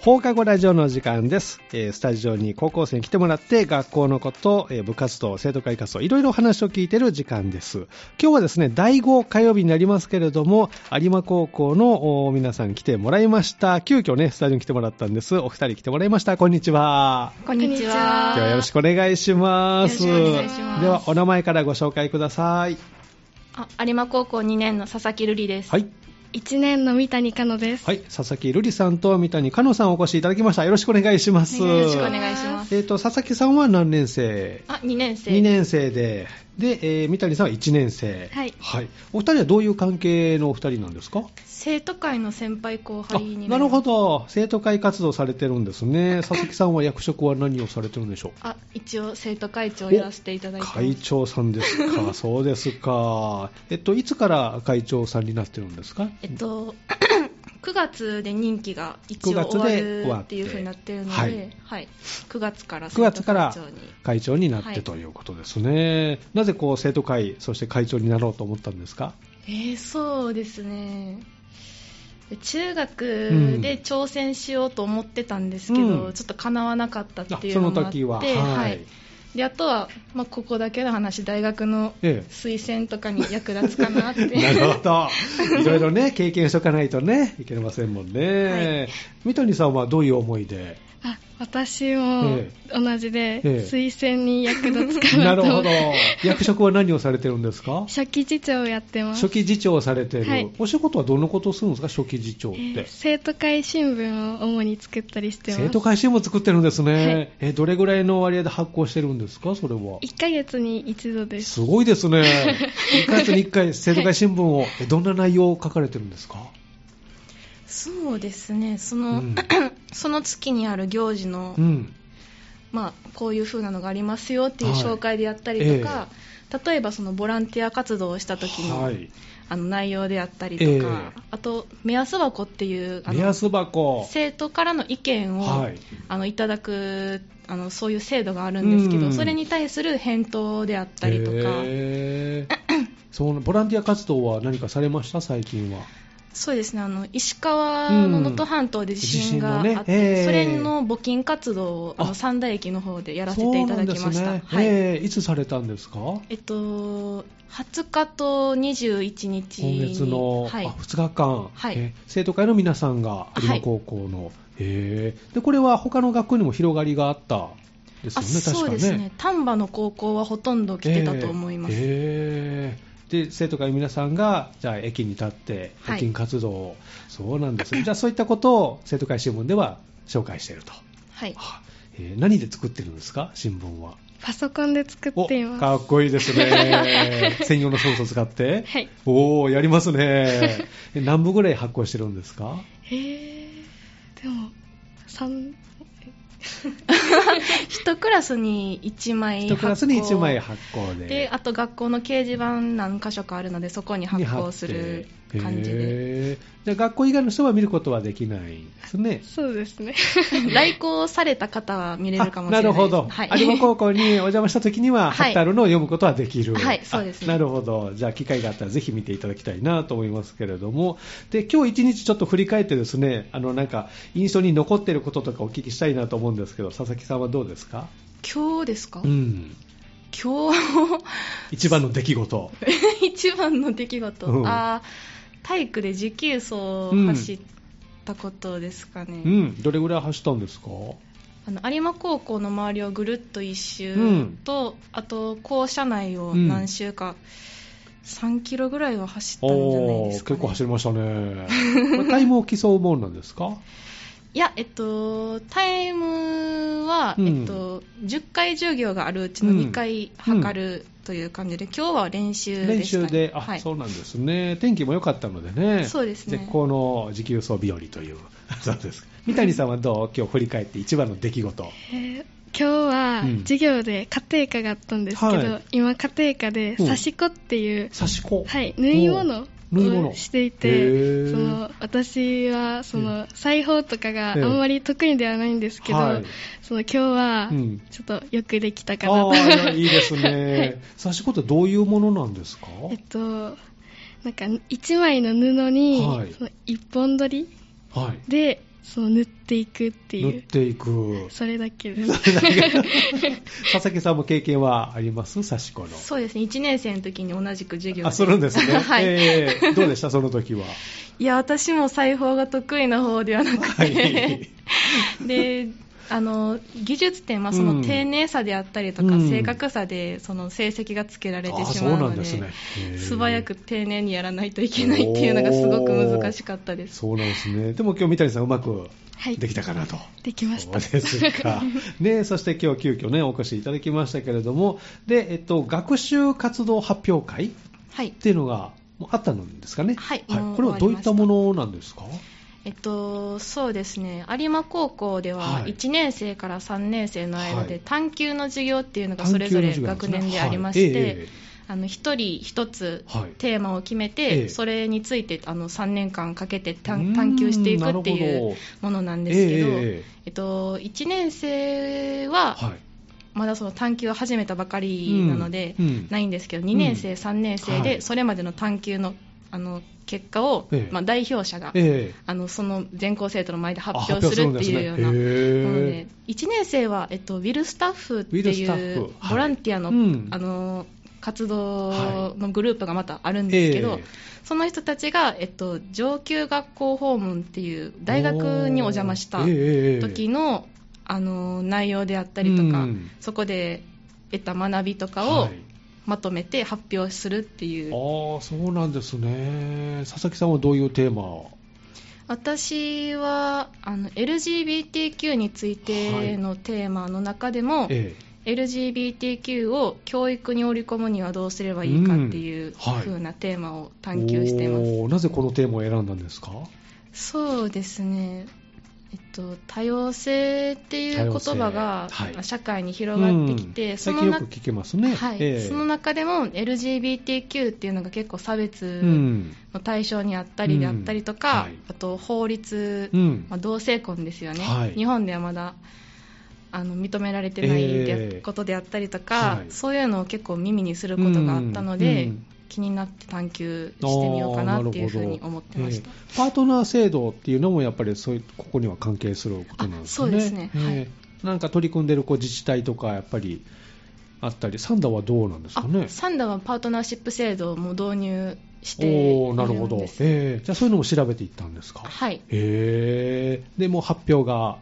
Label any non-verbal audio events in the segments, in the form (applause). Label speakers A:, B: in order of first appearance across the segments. A: 放課後ラジオの時間です、えースタジオに高校生に来てもらって学校のこと、えー部活動生徒会活動いろいろお話を聞いてる時間です今日はですね第5火曜日になりますけれども有馬高校のお皆さん来てもらいました急遽ねスタジオに来てもらったんですお二人来てもらいましたこんにちは
B: こんにちは
A: 今日はよろしくお願いします
B: よろしくお願いします
A: ではお名前からご紹介ください
B: あ有馬高校2年の佐々木瑠璃です、
A: はい
C: 1年の三谷香乃です。
A: はい、佐々木瑠璃さんと三谷香乃さんお越しいただきました。よろしくお願いします。
B: よろしくお願いします
A: えっ、と、佐々木さんは何年生
B: あ2年生
A: ?2 年生で、で、えー三谷さんは1年生。
C: はい
A: お二人はどういう関係のお二人なんですか
B: 生徒会の先輩後
A: あ
B: 輩にります
A: なるほど。生徒会活動されてるんですね。佐々木さんは役職は何をされてるんでしょう
B: あ一応生徒会長をやらせていただいてます
A: 会長さんです
B: (laughs)
A: か。そうですか。えっと、いつから会長さんになってるんですか
B: えっと (coughs) 9月で任期が一
A: 9
B: 応
A: 月
B: 終
A: で
B: わるってい
A: 終わって
B: うふうになってるので、
A: は
B: はいい9月から
A: 9
B: 生
A: 月
B: 徒
A: か
B: 会
A: ら
B: 長に
A: 会長になって、
B: はい
A: ということですね。なぜこう生徒会、そして会長になろうと思ったんですか
B: えーそうですね中
A: うん
B: 学で挑戦しようと思ってたんですけど、
A: うん
B: ちょっと叶わなかったっ
A: あ
B: ていう
A: そ
B: の
A: の
B: もあって
A: 時は。
B: はい、であとは、まあ、ここだけの話大学の
A: ええ
B: 推薦とかに役立つかなっ
C: (laughs)
A: (laughs)
B: て
A: なるほど。いろいろね、経験しとかないとね、いけませんもんね。三谷さんはどういう思い
C: (laughs)
A: で
C: あ、私も
A: え
C: 同じで、
A: ええ
C: 推薦に役立つか
A: な
C: な
A: る
C: と。
A: ほど。役職は何をされてるんです
C: (laughs)
A: か
C: 初期次長をやってます。
A: 初期次長をされてる、
C: はい
A: お仕事はどのことをするんですか初期次長っ
C: えー
A: て。
C: 生徒会新聞を主に作ったりしてます。
A: 生徒会新聞作ってるんですね、
C: はい
A: えどれぐらいの割合で発行してるんですかそれは
C: 1ヶ月に一度です。
A: すごいです
C: (laughs)
A: ね。1ヶ月に1回、生徒会新聞を、えどんな内容を書かれてるんですか
B: そうですねその,、
A: うん
B: その月にある行事の、
A: うん。
B: まあ、こういう風なのがありますよっていう
A: はい
B: 紹介であったりとか、例えばそのボランティア活動をした時の,、
A: はい。
B: あの内容であったりとか、
A: ええ
B: あと目安箱っていうあ
A: 目
B: の
A: 安箱。
B: 生徒からの意見を、
A: はい。
B: あのいただくあのそういう制度があるんですけど、
A: うん
B: それに対する返答であったりとか。
A: へーそのボランティア活動は何かされました最近は。
B: そうですねあの石川の能登半島で地震があって、
A: うん地震のねええ
B: それの募金活動をあ
A: あ
B: の三田駅の方でやらせていただきまし
A: そう
B: た、
A: なんですね。
B: はい
A: えーいつされたんですか
B: えっと20日と21日に
A: 今月の、
B: はい
A: あ、2日間、
B: はい
A: えー生徒会の皆さんが有馬高校の、へーでこれは他の学校にも広がりがあったですよ
B: あ
A: ね、確か
B: そうですね丹波の高校はほとんど来てたと思います、
A: ええええで生徒会の皆さんがじゃあ駅に立って
B: は
A: 募
B: い
A: 金活動を、そうなんですねじゃあそういったことを生徒会新聞では紹介していると、
B: はい
A: あえー何で作ってるんですか新聞は
C: パソコンで作ってい
A: お
C: ます。
A: かっこいいです
C: (laughs)
A: ね専用のソフト使って、
C: はい
A: おおやりますね (laughs) え何部ぐらい発行してるんですか
C: えー、でも、3、
B: 一クラスに1枚
A: 一クラスに1枚発行で
B: であと学校の掲示板何箇所かあるのでそこに発行する感じで
A: で
B: (laughs)
A: じゃあ学校以外の人は見ることはできないんですね
C: そうですね。
B: 来校された方は見れるかもし
A: あ
B: れない
A: る
B: です。
A: ほど、
B: はい。
A: 有馬高校にお邪魔した時には、
B: い
A: ハッタルのを読むことはできる、
B: はいそうですね
A: あなるほど、じゃあ、機会があったらぜひ見ていただきたいなと思いますけれども、で今日一日ちょっと振り返って、ですねあのなんか印象に残っていることとかお聞きしたいなと思うんですけど、佐々木さんはどうですか、
B: (laughs) 今日ですか、
A: うん、
B: 今
A: 一番の出来事、
B: 日一番の出来事、
A: うん
B: あー体育で持久走を走ったことですかね、
A: うん、どれぐらい走ったんですか、
B: あの有馬高校の周りをぐるっと一周と、あと校舎内を何周か、3キロぐらいは走ったんじゃない
A: お
B: で
A: ー
B: すか、
A: 結
B: ね、
A: 構走りましたね、これタイムを競うもんなんですか、
B: いや、えっと、タイムは、
A: うん
B: えっと、10回授業があるうちの
A: うん
B: 2回測るという感じで、今日は練習で
A: 練
B: した、ね、
A: 習で、あ、
B: はい、
A: そ
B: そう
A: なんですね。天気も良かったのでね。
B: そうですね
A: 絶好の持久走日和と
B: (laughs)
A: いう。そうですか。三谷さんはどう今日振り返って一番の出来事。
C: えー今日は
A: うん
C: 授業で家庭科があったんですけど、
A: はい
C: 今家庭科で刺し子っていう、
A: 刺し子。
C: はい、縫い物を
A: 縫い物
C: してい
A: へ
C: て
A: ー
C: その私はその裁縫とかがあ
A: ええ
C: んまり得意ではないんですけど、
A: はい
C: その今日は
A: うん
C: ちょっとよくできたかな
A: あ
C: と、
A: あー、いやいいです
B: (laughs)
A: ね。刺し子ってどういうものなんですか
C: (laughs) えっとなんか1枚の布に、
A: はい
C: その1本取り
A: はい。
C: でそう塗っていくって
A: 塗
C: い
A: っ
C: う
A: てい
B: (laughs)
A: く。
C: それだ
A: (laughs)
C: けです
A: 佐々木さんも経験はあります刺し子の。
B: そうですね1年生の時に同じく授業で
A: あ、するんですね。
B: (laughs) はい、
A: えーどうでしたその時は。
B: いや私も裁縫が得意な方ではなくて、
A: は
B: (laughs)
A: い。
B: であの技術点はそ
A: うん
B: の丁寧さであったりとか、
A: うん
B: 正確さでその成績がつけられて
A: あ、
B: し
A: そ
B: ま
A: う
B: う
A: な
B: の
A: ん
B: で
A: ですね。へー
B: 素早く丁寧にやらないといけないっていうのがすごく難しかったです
A: そうなんですね。でも今日三谷さんうまく
C: はい
A: できたかなと。
C: できまし
A: そ
C: た
A: うです
B: (laughs)
A: か。ね、そして今日急遽ね、お越しいただきましたけれども、で、えっと、学習活動発表会っ
B: はい
A: ていうのがもうあったんですかね。
B: はいもう
A: これはどういった
B: 終わりました
A: ものなんですか
B: えっと、そうですね有馬高校で
A: は
B: はい1年生から3年生の間
A: はい
B: で探究の授業っていうのが
A: 探
B: それぞ
A: 究の
B: れ
A: 授業なんす
B: 学
A: ね
B: 年でありま
A: は
B: し
A: いえ
B: て
A: え
B: あの1人1つ
A: はい
B: テーマを決め
A: ええ
B: てそれについてあの3年間かけて探探究していくって
A: うーんなるほ
B: い
A: ど
B: うものなんですけど
A: ええええええ
B: えっと、1年生は
A: はい。
B: まだその探究を始めたばかりなので、
A: うんうん
B: ないんですけど2年生、3年生
A: はい
B: でそれまでの探究のあの結果を、
A: ええ
B: まあ、代表者が、
A: ええ
B: あのその全校生徒の前で
A: あ
B: 発表するって
A: 発表するんですね
B: いうような
A: へ
B: もの
A: え
B: で1年生は、えっと、ウィルスタッフって
A: ウィルスタッ
B: い
A: フ
B: う
A: はい
B: ボランティアの,、
A: うん
B: あの活動のグループがまたあるんですけど、
A: はいええ
B: その人たちが、えっと、上級学校訪問っていう大学にお邪魔した
A: おーええええ
B: 時の,、あの内容であったりとか、
A: うん
B: そこで得た学びとかを
A: はい
B: まとめて発表するっていう、
A: ああ、そうなんですね。佐々木さんはどういうテーマを
B: 私はあの LGBTQ についてのテーマの中でも、
A: ええ
B: LGBTQ を教育に織り込むにはどうすればいいかっていう
A: うんはい
B: 風なテーマを探求しています、
A: おーなぜこのテーマを選んだんですか
B: そうですね、えっと、多様性っていう言葉が
A: 多様性はい
B: 社会に広がってきて、
A: うん
B: そ
A: 最
B: の
A: 近よ
B: な
A: く聞きますね。
B: はい
A: ええ
B: その中でも LGBTQ っていうのが結構差別
A: うん
B: の対象にあったりであったりと
A: うん
B: か、
A: はい
B: あと法律、
A: うん
B: まあ、同性婚ですよね、
A: はい
B: 日本ではまだあの認められてない
A: ええ
B: ことであったりとか、
A: はい
B: そういうのを結構耳にすることがあったので、
A: うんうん
B: 気になって探求してみようかなっていうふうに思ってまし
A: あーなるほど。
B: た
A: ええパートナー制度っていうのもやっぱりそういうここには関係することなんですね。
B: あそうですねはい
A: ええなんか取り組んでるこう自治体とかやっぱりあったり、サンダはどうなんですか
B: あ
A: ね。
B: サンダはパートナーシップ制度も導入して
A: お
B: い
A: お
B: る
A: なるほど
B: ん。です、
A: ええじゃあそういうのも調べていったんですか。
B: はい
A: へえでもう発表が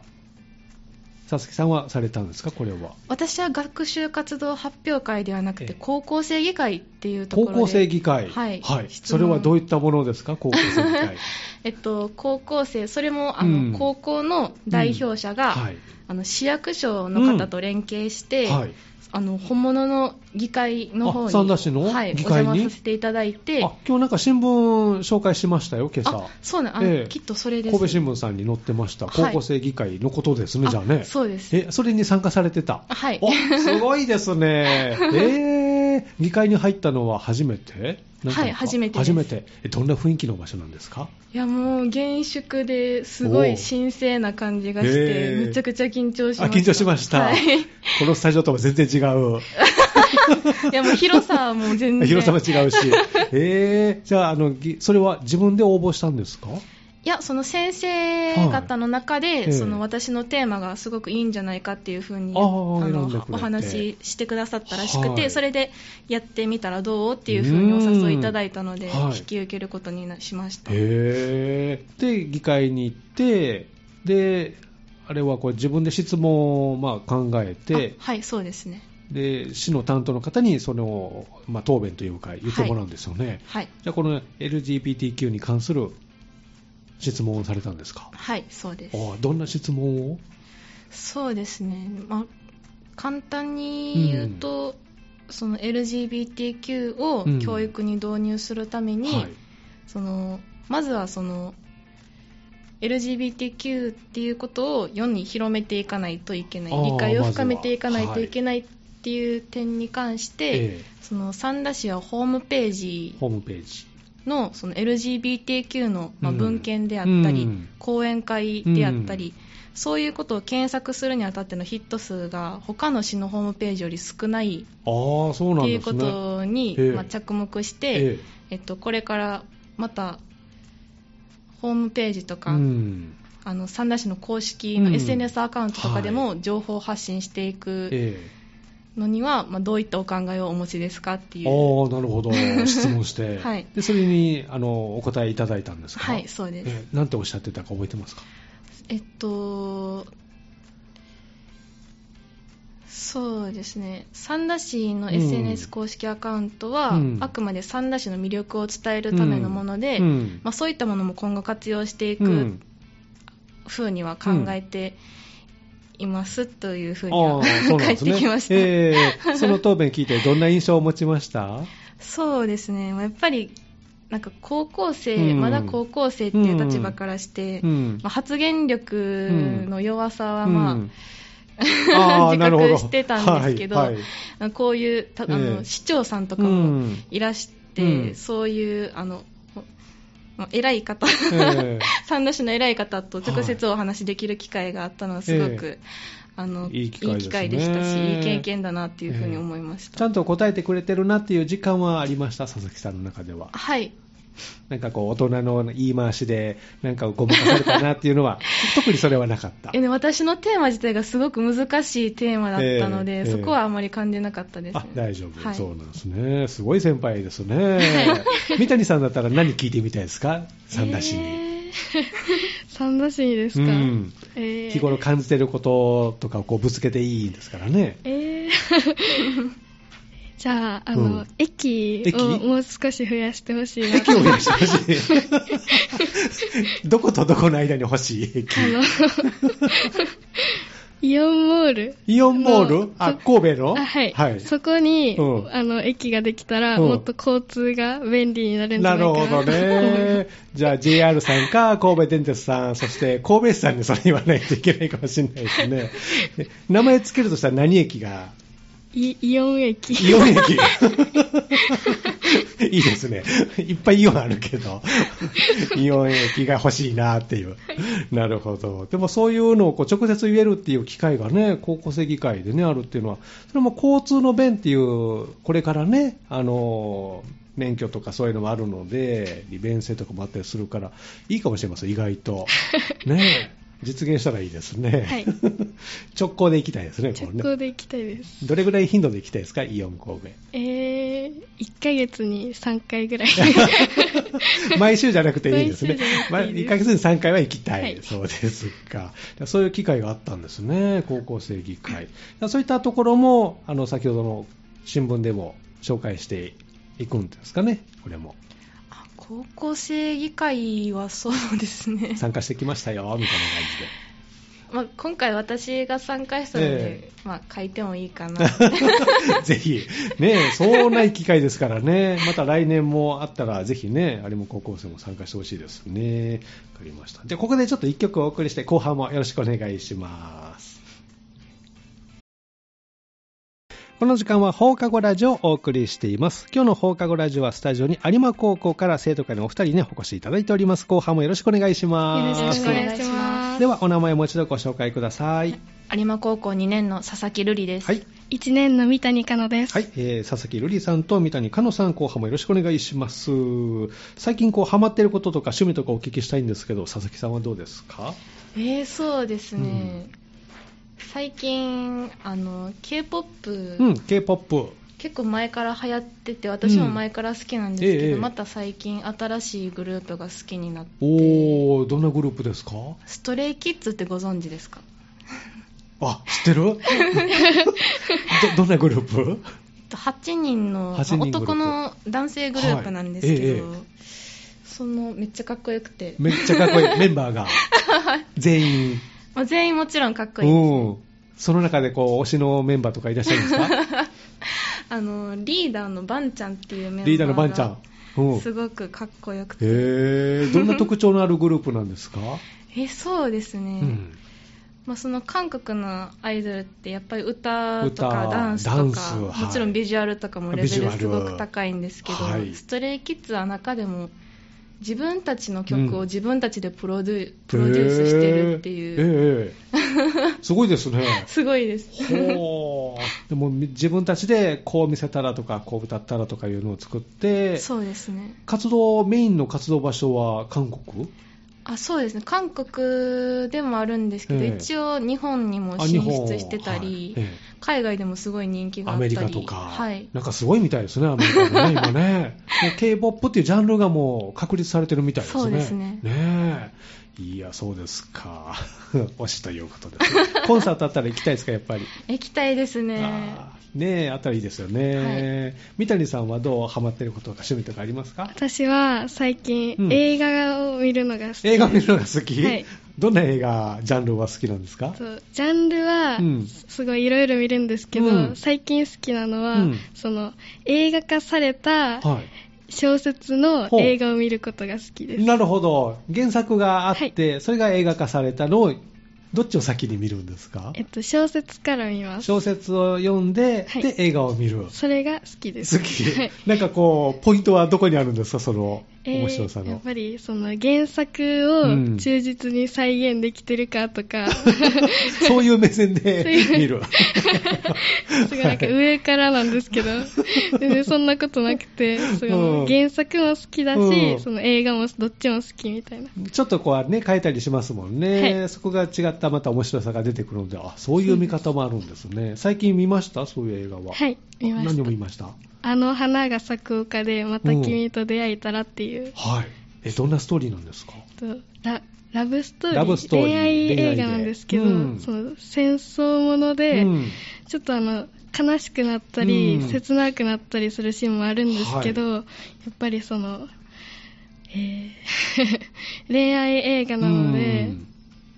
A: 佐々木さんはされたんですかこれは。
B: 私は学習活動発表会ではなく
A: ええ
B: て高校生議会っていうと
A: 高
B: ころで
A: 校生議会、
B: はい質
A: そ
B: 問
A: れはどういったものですか、高校生議
B: (laughs)
A: 会。
B: えっと、高校生それもあの、
A: うん
B: 高校の代表者が、
A: はい
B: あの市役所の方と連携して、
A: はい、
B: あの本物の議会の方
A: あ
B: に
A: 三田市の
B: はい、
A: 議
B: お
A: 会に
B: 邪魔させていただいて
A: あ今日なんか新聞紹介しましたよ、今朝
B: あそうなんあの
A: ええ
B: きっとそれです
A: 神戸新聞さんに載ってました、
B: はい
A: 高校生議会のことですね、
B: あ
A: じゃあね、
B: そうです
A: えそれに参加されてた、
B: はい
A: おすごいです
B: (laughs)
A: ね、えー、議会に入ったのは初めてなんか
B: はい初めてです
A: 初めてえどんな雰囲気の場所なんですか
B: いやもう厳粛ですご
A: おう
B: い神聖な感じがして、
A: ええ
B: めちゃくちゃ緊張しま
A: あ
B: した
A: 緊張しました、
B: はい、い
A: このスタジオとは全然違う。
B: やもう広さはもう全
A: (laughs)
B: 然
A: 広さも違う
B: (laughs)
A: し、えー、じゃああの、ぎそれは自分で応募したんですか
B: いやその先生方の中で、
A: はいええ
B: その私のテーマがすごくいいんじゃないかっていうふうに
A: あー選ん
B: の
A: でくれて
B: お話ししてくださったらしくて、
A: はい
B: それでやってみたらどうっていうふうにお誘いいただいたので、
A: うんはい
B: 引き受けることになしました、
A: へーで、議会に行って、で、あれはこう自分で質問をまあ考えて
B: あ、はいそうですね
A: で、市の担当の方にその、まあ、答弁というか言ってもらうんですよね。
B: はい
A: じゃあこの LGBTQ に関する質問をされたんですか
B: はいそうです
A: あどんな質問を
B: そうですね、まあ、簡単に言うと、その LGBTQ を
A: うん
B: 教育に導入するために、
A: はい
B: そのまずはその LGBTQ っていうことを世に広めていかないといけな
A: あー
B: い理解
A: ま
B: を
A: ずは
B: 深めていかないといけないっていう点に関して、
A: ええ
B: その三田市はホームページ
A: ホームページ。
B: のその LGBTQ のまあ
A: うん
B: 文献であったり、
A: うん
B: 講演会であったり、
A: うん
B: そういうことを検索するにあたってのヒット数が他の市のホームページより少ない
A: ああ、そう
B: っ
A: なん
B: てい
A: で
B: う
A: す
B: こ
A: ね。
B: とに、
A: ええ
B: まあ、着目して、
A: ええ
B: えっと、これからまたホームページとか、
A: うん
B: あの三田市の公式の
A: うん
B: SNS アカウントとかでも情報発信していく
A: ええ
B: のには、まあ、どういったお考えをお持ちですかっていう、
A: ああ、なる
B: (laughs)
A: ほど、質問して、
B: はい
A: でそれにあのお答えいただいたんですか、
B: はい、そうです。
A: えなんておっしゃってたか覚えてますか、
B: えっと、そうですね、三田市の
A: うん
B: SNS 公式アカウントは、
A: うん
B: あくまで三田市の魅力を伝えるためのもので、
A: うん
B: まあ、そういったものも今後活用していうく
A: ん
B: ふうには考えていますというふうに
A: あ
B: は、
A: あそうなんで
B: 返っ
A: す
B: (laughs) て
A: ね
B: きました。
A: ええその答弁聞いて、どんな印象を持ちました
B: そうですね、まあやっぱりなんか高校生、
A: うん
B: まだ高校生っていう立場からして、
A: うん
B: まあ発言力の弱さは、まあ (laughs)
A: うんああなるほど
B: 自覚してたんですけど
A: はいはい
B: あのこういうたあの、
A: ええ
B: 市長さんとか
A: う
B: も
A: ん
B: いらして、
A: うん
B: そういうあのほま偉い
A: (laughs)
B: 方、
A: ええ
B: 三田市の偉い方と直接お話しできる機会があったのはすご
A: え
B: く、あの
A: いい機会ですね
B: 機会でしたしいい経験だなっていうふうに思いまし
A: ちゃ
B: た、
A: んと答えてくれてるなっていう時間はありました、佐々木さんの中では。
B: はい
A: なんかこう、大人の言い回しで、なんかごまかされたなっていうの
B: (laughs)
A: は、特にそれはなかった。
B: えね私のテーマ自体がすごく難しいテーマだったの
A: ええ
B: で、
A: ええ
B: そこはあまり感じなかったです、ね
A: あ大丈夫、
B: はい
A: そうなんですね、すごい先輩ですね、三谷さんだったら何聞いてみたいですか、三田市に。
C: えー三田市にです
A: う
C: か、
A: ん、
C: えー
A: 日頃感じてることとかをこうぶつけていいですからね。
C: えー (laughs) じゃあ、あ
A: う
C: の、
A: ん
C: 駅
A: 駅
C: をもう少し増やしてほしいな
A: 駅 (laughs)
C: と。
A: を増やしてほしい。どことどこの間に欲しい駅
C: あ。の、イオンモール。
A: イオンモールあ、神戸の
C: あはい、
A: はい。
C: そこに、
A: うん
C: あの駅ができたら、
A: うん
C: もっと交通が便利になるんじ
A: な
C: ゃない
A: る
C: か
A: ほ
C: な
A: ど
C: (laughs)
A: ね。じゃあ JR さんか神戸電鉄さん、そして神戸市さんにそれ言わないといけないかもしれないですね。え名前つけるとしたら何駅が
C: イイオン駅
A: イオン
C: (laughs)
A: 駅。いいですね。いっぱいイオンあるけ
C: (laughs)
A: ど、イオン駅が欲しいなっていう。なるほど。でもそういうのをこう直接言えるっていう機会がね、高校生議会でね、あるっていうのは、それも交通の便っていう、これからね、あの、免許とかそういうのもあるので、利便性とかもあったりするから、いいかもしれません、意外
C: (laughs)
A: と。ねえ実現したらいいですね。
C: はい
A: (laughs) 直行で行きたいですね、これ
C: 直
A: ね
C: 行で行きたいです
A: どれぐらい頻度で行きたいですか、イオン神
C: えー、1ヶ月に3
A: (laughs)
C: 回ぐらい
A: 戸。 (laughs) 毎週じゃなくていいですね
C: 毎週じゃなく。ていい
A: まあ
C: です
A: 1ヶ月に3回は行きたい。
C: はい
A: そうですか。そういう機会があったんですね、高校生議会。そういったところも、あの、先ほどの新聞でも紹介していくんですかね、これも。
B: あ高校生議会はそうですね (laughs)
A: 参加してきましたよ、みたいな感じで。
B: まあ、今回私が参加したので、
A: え
B: まあ、書いてもいいかな (laughs) は
A: (laughs) ぜひ、ね、そうない機会ですからね、また来年もあったら、ぜひね、あれも高校生も参加してほしいですね。わかりました。じゃあ、ここでちょっと一曲お送りして、後半もよろしくお願いします。この時間は放課後ラジオをお送りしています。今日の放課後ラジオはスタジオに有馬高校から生徒会のお二人ね、お越しいただいております。後半もよろしくお願いします。
C: よろしくお願いします
A: では、お名前もう一度ご紹介ください。
B: い有馬高校2年の佐々木瑠璃です、
A: はい。
C: 1年の三谷香奈です、
A: はい、えー佐々木瑠璃さんと三谷香奈さん、後半もよろしくお願いします。最近こうハマってることとか趣味とかお聞きしたいんですけど、佐々木さんはどうですか？
B: えー、そうですね、
A: う
B: 最近あの k p o p、
A: うん、K-POP。
B: 結構前から流行ってて私も前から好きなんですけど、
A: ええ
B: また最近新しいグループが好きになって
A: おー、どんなグループですか？
B: ストレイキッズってご存知ですか
A: あ、知ってる？ (laughs) どどんなグループ？
B: えっと8人の
A: 8人グループ
B: 男の男性グループなんですけど、
A: はいえ
B: そのめっちゃかっこよくて、
A: めっちゃかっこ (laughs) いいメンバーが全員。
B: まあ、全員もちろんかっこいいです
A: うん。その中でこう推しのメンバーとかいらっしゃるんです (laughs) か？
B: あのリーダーのバンちゃんっていうメンバーが
A: リーダーのバンちゃん。うん。
B: すごくかっこよくて
A: へー、どんな特徴のあるグループなんですか？
B: えそうです
A: う
B: ね、
A: ん。
B: まあ、その韓国のアイドルってやっぱり歌と
A: 歌
B: かダンスと
A: ダ
B: か
A: ンスはい
B: もちろんビジュアルとかもレベル
A: ビジ
B: す
A: ュア
B: ご
A: ル
B: く高いんですけど、
A: はい
B: ストレイキッズは中でも自分たちの曲
A: う
B: を
A: ん
B: 自分たちでプロデュ,、プロデュースしてるっていう、
A: ええええすごいです (laughs) ね。
B: すごいです
A: ほう。でもみ自分たちでこう見せたらとか、こう歌ったらとかいうのを作って、
B: そうですね
A: 活動、メインの活動場所は韓国
B: あそうですね韓国でもあるんですけど、
A: ええ
B: 一応日本にも
A: あ
B: 進
A: 日本
B: 出してたり、
A: はいええ
B: 海外でもすごい人気があ
A: ア
B: ったり
A: メリカとか、
B: はい、
A: なんかすごいみたいですね、アメリカもね、今
B: (laughs)
A: ね、もう K-POP っていうジャンルがもう確立されてるみたいですね。
B: そうですね
A: ねえいや、そうですか、 (laughs) 推しということです。コンサートあったら行きたいですか、やっぱり。
B: 液体ですね
A: あーねえ、あったらいいですよね。三谷さんはどうハマってることとか趣味とかありますか
C: 私は最近、
A: うん
C: 映画を見るのが好き
A: 映画見るのが好き、
C: はい
A: どんな映画、ジャンルは好きなんですか
C: そうジャンルは、
A: うん
C: すごいいろいろ見るんですけど、
A: うん
C: 最近好きなのは、
A: うん
C: その映画化された
A: はい。
C: 小説の映画を見ることが好きです
A: なるほど。原作があって、それが映画化されたのを、どっちを先に見るんですか
C: えっと、小説から見ます
A: 小説を読んで、
C: はい
A: で、映画を見る。
C: それが好きです
A: 好き
C: はい。
A: なんかこう、ポイントはどこにあるんですかその、
C: えー
A: 面白さの。
C: やっぱりその原作
A: うん
C: を忠実に再現できてるか
A: (laughs)
C: とか、
A: そういう目線で
C: そういう
A: 見る。
C: すごいなんか上からなんで
A: (laughs)
C: すけど、全然そんなことなくて、す
A: う
C: ご
A: ん
C: い原作も好きだし、
A: うん
C: その映画もどっちも好きみたいな。
A: ちょっとこうね、変えたりしますもんね。
C: は
A: そこが違ったまた面白さが出てくるので、あ、そういう見方もあるんですね。最近見ましたそういう映画は。
C: はい、見ま
A: 何を見
C: した。
A: ました
C: あの花が咲く丘でまた君と出会えたらっていう、
A: はい。え、どんなストーリーなんですか
C: とララブストーリー
A: ラブストーリー
C: 恋愛
A: 恋愛
C: 映
A: で
C: 画なんですけど、
A: うん
C: その戦争もので、
A: うん
C: ちょっとあの悲しくなったり、
A: うん
C: 切なくなったりするシーンもあるんですけど、
A: は
C: やっぱりその、えー (laughs) 恋愛映画なので、
A: うん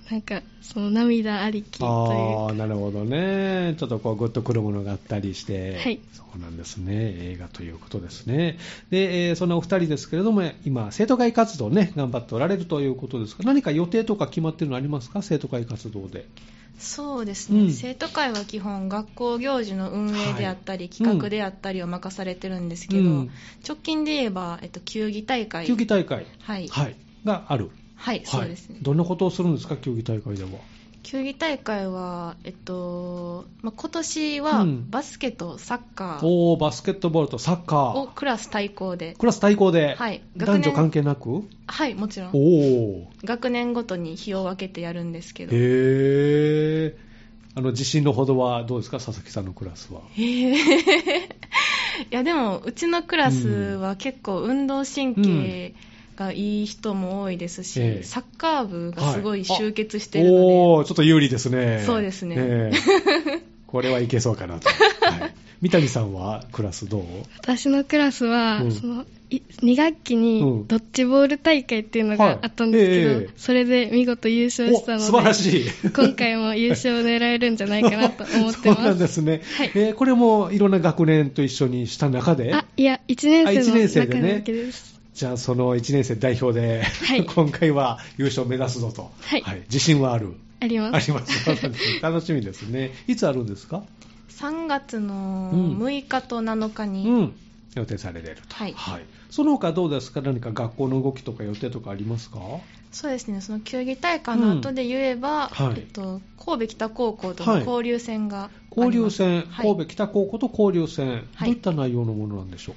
C: なんかその涙ありき
A: あ
C: と
A: あなるほどねちょっとこうグッとくるものがあったりして、
C: はい
A: そうなんですね映画ということですねで、えーそんなお二人ですけれども今生徒会活動ね頑張っておられるということですが何か予定とか決まってるのありますか生徒会活動で
B: そうです
A: う
B: ね、
A: ん
B: 生徒会は基本学校行事の運営であったり、
A: はい
B: 企画であったりを任されてるんですけど、
A: うん
B: 直近で言えば、えっと、球技大会
A: 球技大会
B: はい、はい
A: はいがある
B: そうですね、
A: どんなことをするんですか球技大会では
B: 球技大会は、えっとまあ、今年は
A: うん
B: バスケとサッカー
A: おおバスケットボールとサッカ
B: を
A: ー
B: クラス対抗で、
A: クラス対抗で、
B: はい
A: 男女
B: 学年
A: 関係なく
B: はい、もちろ
A: お
B: ん、
A: お
B: 学年ごとに日を分けてやるんですけど、え
A: へえあの自信のほどはどうですか佐々木さんのクラスは
B: ーいや、でも、うちのクラスは結構、運動神経がいい人も多いですし、
A: ええ
B: サッカー部がすごい集結してるので、
A: おおーちょっと有利ですね
B: そうですね (laughs)
A: ええこれはいけそうかなと、はい、三谷さんはクラスどう
C: 私のクラスは、
A: うん
C: そのい2学期
A: う
C: に
A: ん
C: ドッジボール大会っていうの
A: はい
C: があったんですけど、
A: ええ
C: それで見事優勝したの
A: お
C: で
A: 素晴らしい
C: 今回も優勝を狙えるんじゃないかなと思って
A: (laughs) そうな
C: ま
A: ん
C: す
A: で。すね、
C: はい
A: えーこれもいろんな学年と一緒にした中で
C: あ、いや、
A: あ
C: 1
A: 一年
C: 年
A: 生
C: 生
A: で
C: の
A: ね
C: 中だけです。
A: じゃあその1年生代表で、
C: はい
A: (laughs) 今回は優勝目指すぞと、
C: はい
A: 自信はある
C: あります。
A: あります (laughs) そうなんですね楽しみですねいつあるんですか
B: 3月の
A: うん
B: 6日と7日に、
A: うん、予定されていると、
B: はい
A: その他どうですか、何か学校の動きとか予定とかありますか
B: そうですね、その球技大会の後で言えば、
A: うんはい
B: えっと、神戸北高校との交流戦があります、
A: 交流戦、
B: はい
A: 神戸北高校と交流戦、
B: はい
A: どういった内容のものなんでしょう、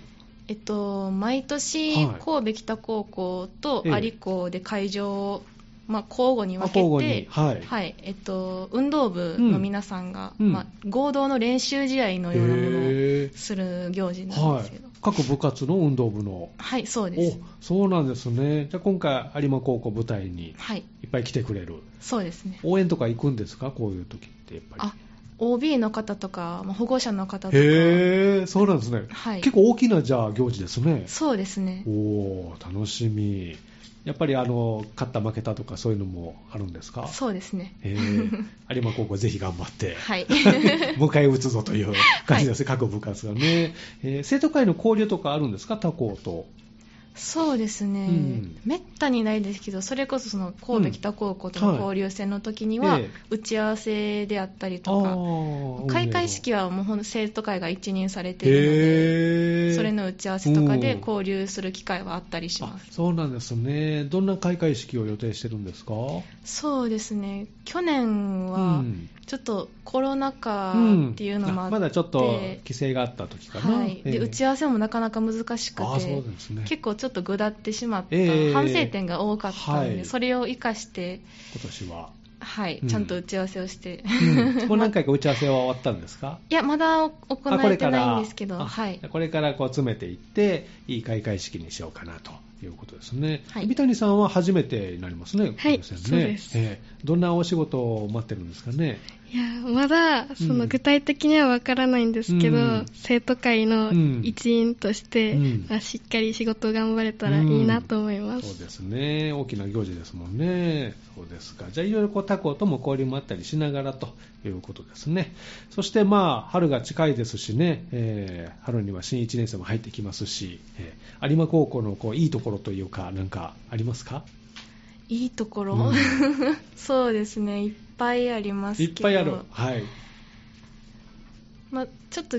B: えっと、毎年、
A: はい
B: 神戸北高校と
A: ええ
B: 有校で会場を、まあ、交互に分け
A: あ
B: て、
A: はい
B: はいえっと、運動部の皆さんが、
A: うん
B: まあ、合同の練習試合のようなものを
A: へ
B: する行事
A: ー
B: なん
A: は
B: ですけ
A: い
B: ど、はい、、
A: 各部活の運動部の、
B: そうで
A: お
B: す、
A: そうなんですね、じゃあ今回、有馬高校舞台に
B: はい、
A: いっぱい来てくれる、
B: そうですね。
A: 応援とか行くんですか、こういう時って、やっぱ
B: あ OB の方とか、まあ保護者の方と
A: り。
B: か、
A: へー、そうなんですね、
B: はい
A: 結構大きなじゃあ行事ですね。
B: そうですね、
A: おー、楽しみ。やっぱりあの勝った負けたとかそういうのもあるんですか。
B: そうですね、
A: えー有馬高校ぜひ頑張って。 (laughs)
B: はい、
A: 迎え撃つぞという感じですね、各部活がね、えー生徒会の交流とかあるんですか、他校と。
B: そうですね、
A: うん
B: めったにないですけど、それこそその神戸北高校と
A: うん
B: の
A: はい
B: 交流戦の時には、
A: ええ
B: 打ち合わせであったりとか、
A: あ
B: 開会式
A: は
B: はもうほん生徒会が一任されているので、
A: へー
B: それの打ち合わせとかで
A: うん
B: 交流する機会はあったりし
A: あ
B: ます。
A: そうなんですね、どんな開会式を予定してるんですか、う
B: そうですね去年は
A: ん
B: ちょっとコロナ禍
A: うん
B: っていうのもあって、
A: まだちょっと規制があった時かな、
B: はいで
A: えー
B: 打ち合わせもなかなか難しくて、
A: あーそうですね
B: 結構ちょっと下ってしまった
A: ええ
B: 反省点が多かったので、
A: はい
B: それを生かして、
A: 年
B: (laughs)
A: は。
B: はい
A: うん、
B: ちゃんと打ち合わせをして、 (laughs)
A: うんもう何回か打ち合わせは終わったんですか
B: いや、まだ行
A: あこ
B: え
A: れ
B: て
A: から
B: ないんですけど、
A: あ
B: はい、
A: これからこう詰めていって、いい開会式にしようかなということですね。
B: はい
A: 三谷さんは初めてになりますね、
C: はい
A: この線ね
C: そうです
A: ええどんなお仕事を待ってるんですかね。
C: いやまだそ
A: うん
C: の具体的にはわからないんですけど、
A: うん
C: 生徒会の一員として、
A: うん
C: まあ、しっかり仕事を頑張れたらいいなと思います、
A: そうですね、大きな行事ですもんね、そうですか、じゃあ、いろいろこう他校とも交流もあったりしながらということですね、そしてまあ、春が近いですしね、えー春には新1年生も入ってきますし、えー有馬高校のこういいところというか、なんかありますか
B: いいところ、
A: うん
B: (laughs) そうですね、いっぱいありますけ
A: い
B: ど、
A: っぱいある、はい、
B: まあ、ちょっと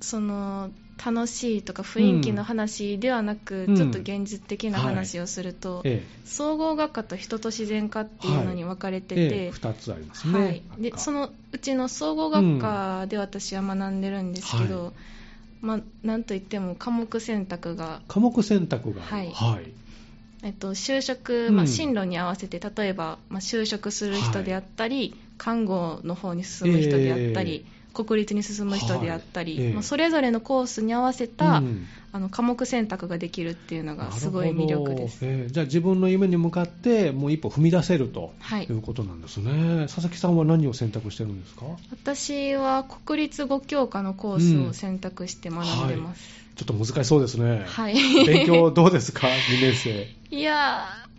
B: その楽しいとか雰囲気の話ではなく、
A: うん
B: ちょっと現実的な
A: はい
B: 話をすると、
A: え
B: 総合学科と人と自然科っていうのに分かれ
A: え
B: てて、
A: ええ2つありますね、
B: はい、でそ
A: の
B: のうちの総合学科で私は学んでるんですけど、
A: は
B: まあ、なんといっても科目選択が、
A: 科目選択が、
B: はい
A: はい
B: えっと、就職、
A: うん
B: まあ、進路に合わせて例えば、まあ、就職する人であったり、看護の方に進む人であったり、国立に進む人であったり、
A: はいええ
B: まあ、それぞれのコースに合わせた、
A: うん
B: あの科目選択ができるっていうのがすごい魅力です。
A: なるほどええじゃあ自分の夢に向かってもう一歩踏み出せると
B: はい
A: いうことなんですね、佐々木さんは何を選択してるんですか
B: 私は国立5教科のコースを選択して学んでます。
A: ちょっと難しそうですね、
B: はい。
A: 勉強どうですか2年
B: (laughs)
A: 生
B: いやー、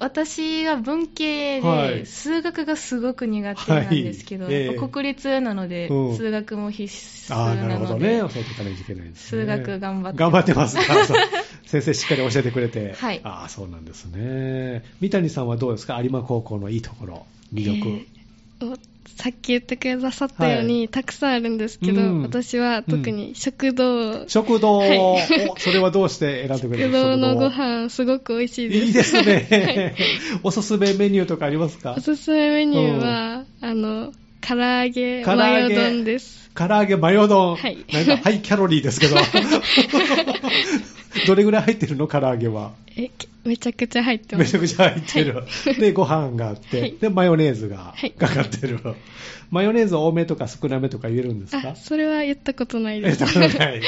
B: 私は文系で、
A: はい
B: 数学がすごく苦手なんですけど、
A: はいええ
B: 国立なので、
A: うん
B: 数学も必須
A: ああな
B: な
A: るほど
B: の
A: ね
B: で、
A: 教えていかないといけないです、ね、
B: 数学頑張って
A: 頑張ってますあそう (laughs) 先生しっかり教えてくれて、
B: はい
A: ああそうなんですね三谷さんはどうですか有馬高校のいいところ魅力、
C: えーおさっき言ってくださったように、
A: は
C: たくさんあるんですけど、
A: うん
C: 私は特に食堂、
A: 食堂、
C: はい
A: おそれはどうして選んでくれる
C: 食堂のご飯すごく美味しいです
A: いいですね。おすすめメニューとかありますか
C: おすすめメニューは、あの唐揚げ
A: 唐揚げ
C: マヨ丼です
A: 唐揚げマヨ丼。
C: はい
A: なんかハイキャロリーですけ
C: (laughs)
A: ど。どれぐらい入ってるの唐揚げは。
C: えけめちゃくちゃ入ってま
A: め
C: す
A: ちゃくちゃ入ってる。で、ご飯があって、
C: はい
A: で、マヨネーズが
C: はい
A: かかってる。マヨネーズ多めとか少なめとか言えるんです
C: あ
A: か
C: それは言ったことない
A: え
C: で
A: っと
C: す
A: はい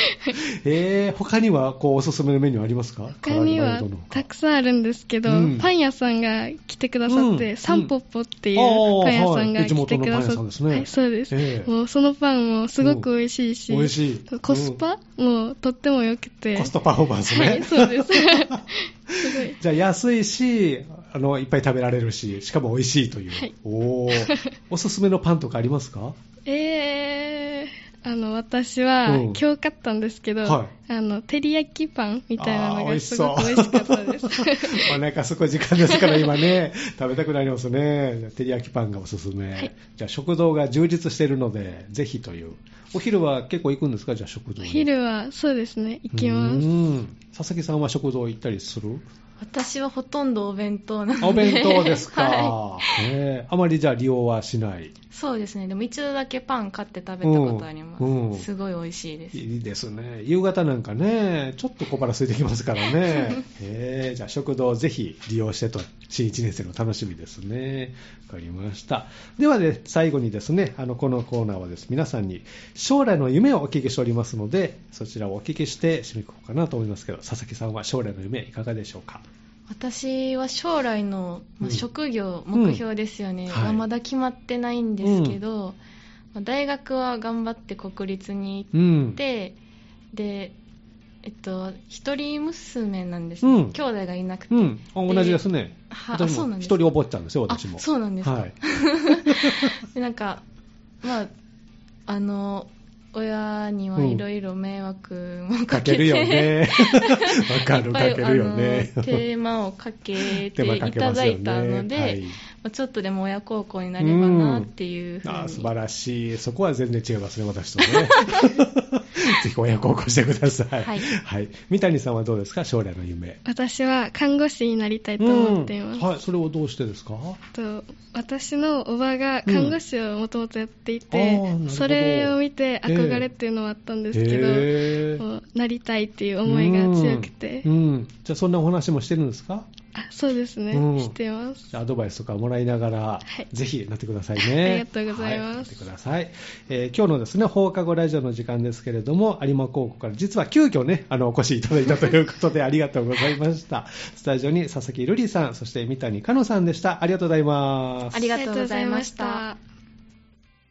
A: えー、他には、こう、おすすめのメニューありますか
C: 他にはたくさんあるんですけど、
A: うん
C: パン屋さんが来てくださって、
A: うん
C: サンポッポっていう
A: あー
C: パン屋さんが
A: はい地
C: 来
A: 元
C: て
A: の
C: くださって、
A: パン屋さんですね
C: はいそうです、
A: ええ
C: もうそのパンもすごく美味しいし、
A: うん美味しい
C: コスパ、もうとっても良くて
A: コストパフォーマンスね。
C: はいそうです (laughs) すごい
A: じゃあ安いしあの、いっぱい食べられるし、しかも美味しいという、
C: はい
A: おーおすすめのパンとかありますか
C: えー、あの私
A: う
C: は
A: ん
C: 今日買ったんですけど、
A: は
C: あの照り焼きパンみたいなの
A: あー美
C: が
A: 味し
C: す
A: そう
C: ごく美味しかったです
A: (laughs) お腹すごい時間ですから、今ね、食べたくなりますね、じゃあ照り焼きパンがおすすめ、
C: はい
A: じゃあ食堂が充実しているので、ぜひという、お昼は結構行くんですか、じゃあ食堂
C: お
A: に。
C: 昼はそうですね行きま
A: う
C: す
A: ん佐々木さんは食堂行ったりする
B: 私はほとんどお弁当なので。
A: お弁当です
C: (laughs)
A: か、
B: は
A: ねえあまりじゃあ利用はしない
B: い、そうですね。でも一度だけパン買って食べたことあります。
A: うんうん
B: すごい美味しいです。
A: いいですね。夕方なんかね、ちょっと小腹空いてきますから
B: (laughs)
A: ね。えー、じゃあ食堂をぜひ利用してと、新1年生の楽しみですね。わかりました。ではね、最後にですね、あの、このコーナーはです、皆さんに将来の夢をお聞きしておりますので、そちらをお聞きして締めくくろうかなと思いますけど、佐々木さんは将来の夢いかがでしょうか
B: 私は将来の、まあ
A: うん
B: 職業、
A: うん
B: 目標ですよ
A: は
B: ね、
A: い
B: はまだ決まってないんですけど、まあ大学は頑張って国立に行っ
A: うん。
B: ででえっと一人娘なんです、
A: うん
B: 兄弟がいなくて、
A: うん。あ同じですね。
B: はあ
A: 私も
B: そうなんです
A: 一人覚えてたんですよ、
B: あ
A: 私も。
B: そうなんですか、
A: はい。
B: でなんかまああの親にはいろいろ迷惑も
A: か
B: かけ
A: け
B: て、
A: るよ
B: (laughs)
A: ね。わか
B: い
A: る、
B: っ
A: か
B: ぱい
A: (laughs) けるよね。
B: あのテーマをかけて
A: 手間か
B: い
A: け
B: た
A: ます
B: だ
A: よね
B: いたので、
A: はい
B: まあちょっとでも親孝行になればなっていうふうに、
A: あー素晴らしい。そこは全然違いますね、私と
C: (laughs)
A: ね。ぜひ親孝行してください。
B: はい
A: はい。三谷さんはどうですか将来の夢。
C: 私は看護師になりたいと思っています、
A: うんはい。それをどうしてですか
C: と私のおばが看護師をもともとやっていて、
A: うんあーなるほど
C: それを見て憧れっていうのはあったんですけど、
A: へー
C: こうなりたいっていう思いが強くて、
A: うんうんじゃあそんなお話もしてるんですか
C: あそうですね、
A: うん
C: してます
A: じゃあアドバイスとかもらいながら、
C: い
A: ぜひなってくださいね
C: (laughs) ありがとうございます
A: はなってください、えー今日のですね放課後ラジオの時間ですけれども有馬高校から実は急遽ねあのお越しいただいたということでありがとうございましたスタジオに佐々木瑠璃さんそして三谷香乃さんでしたありがとうございます
B: ありがとうございました
C: ありがとうございま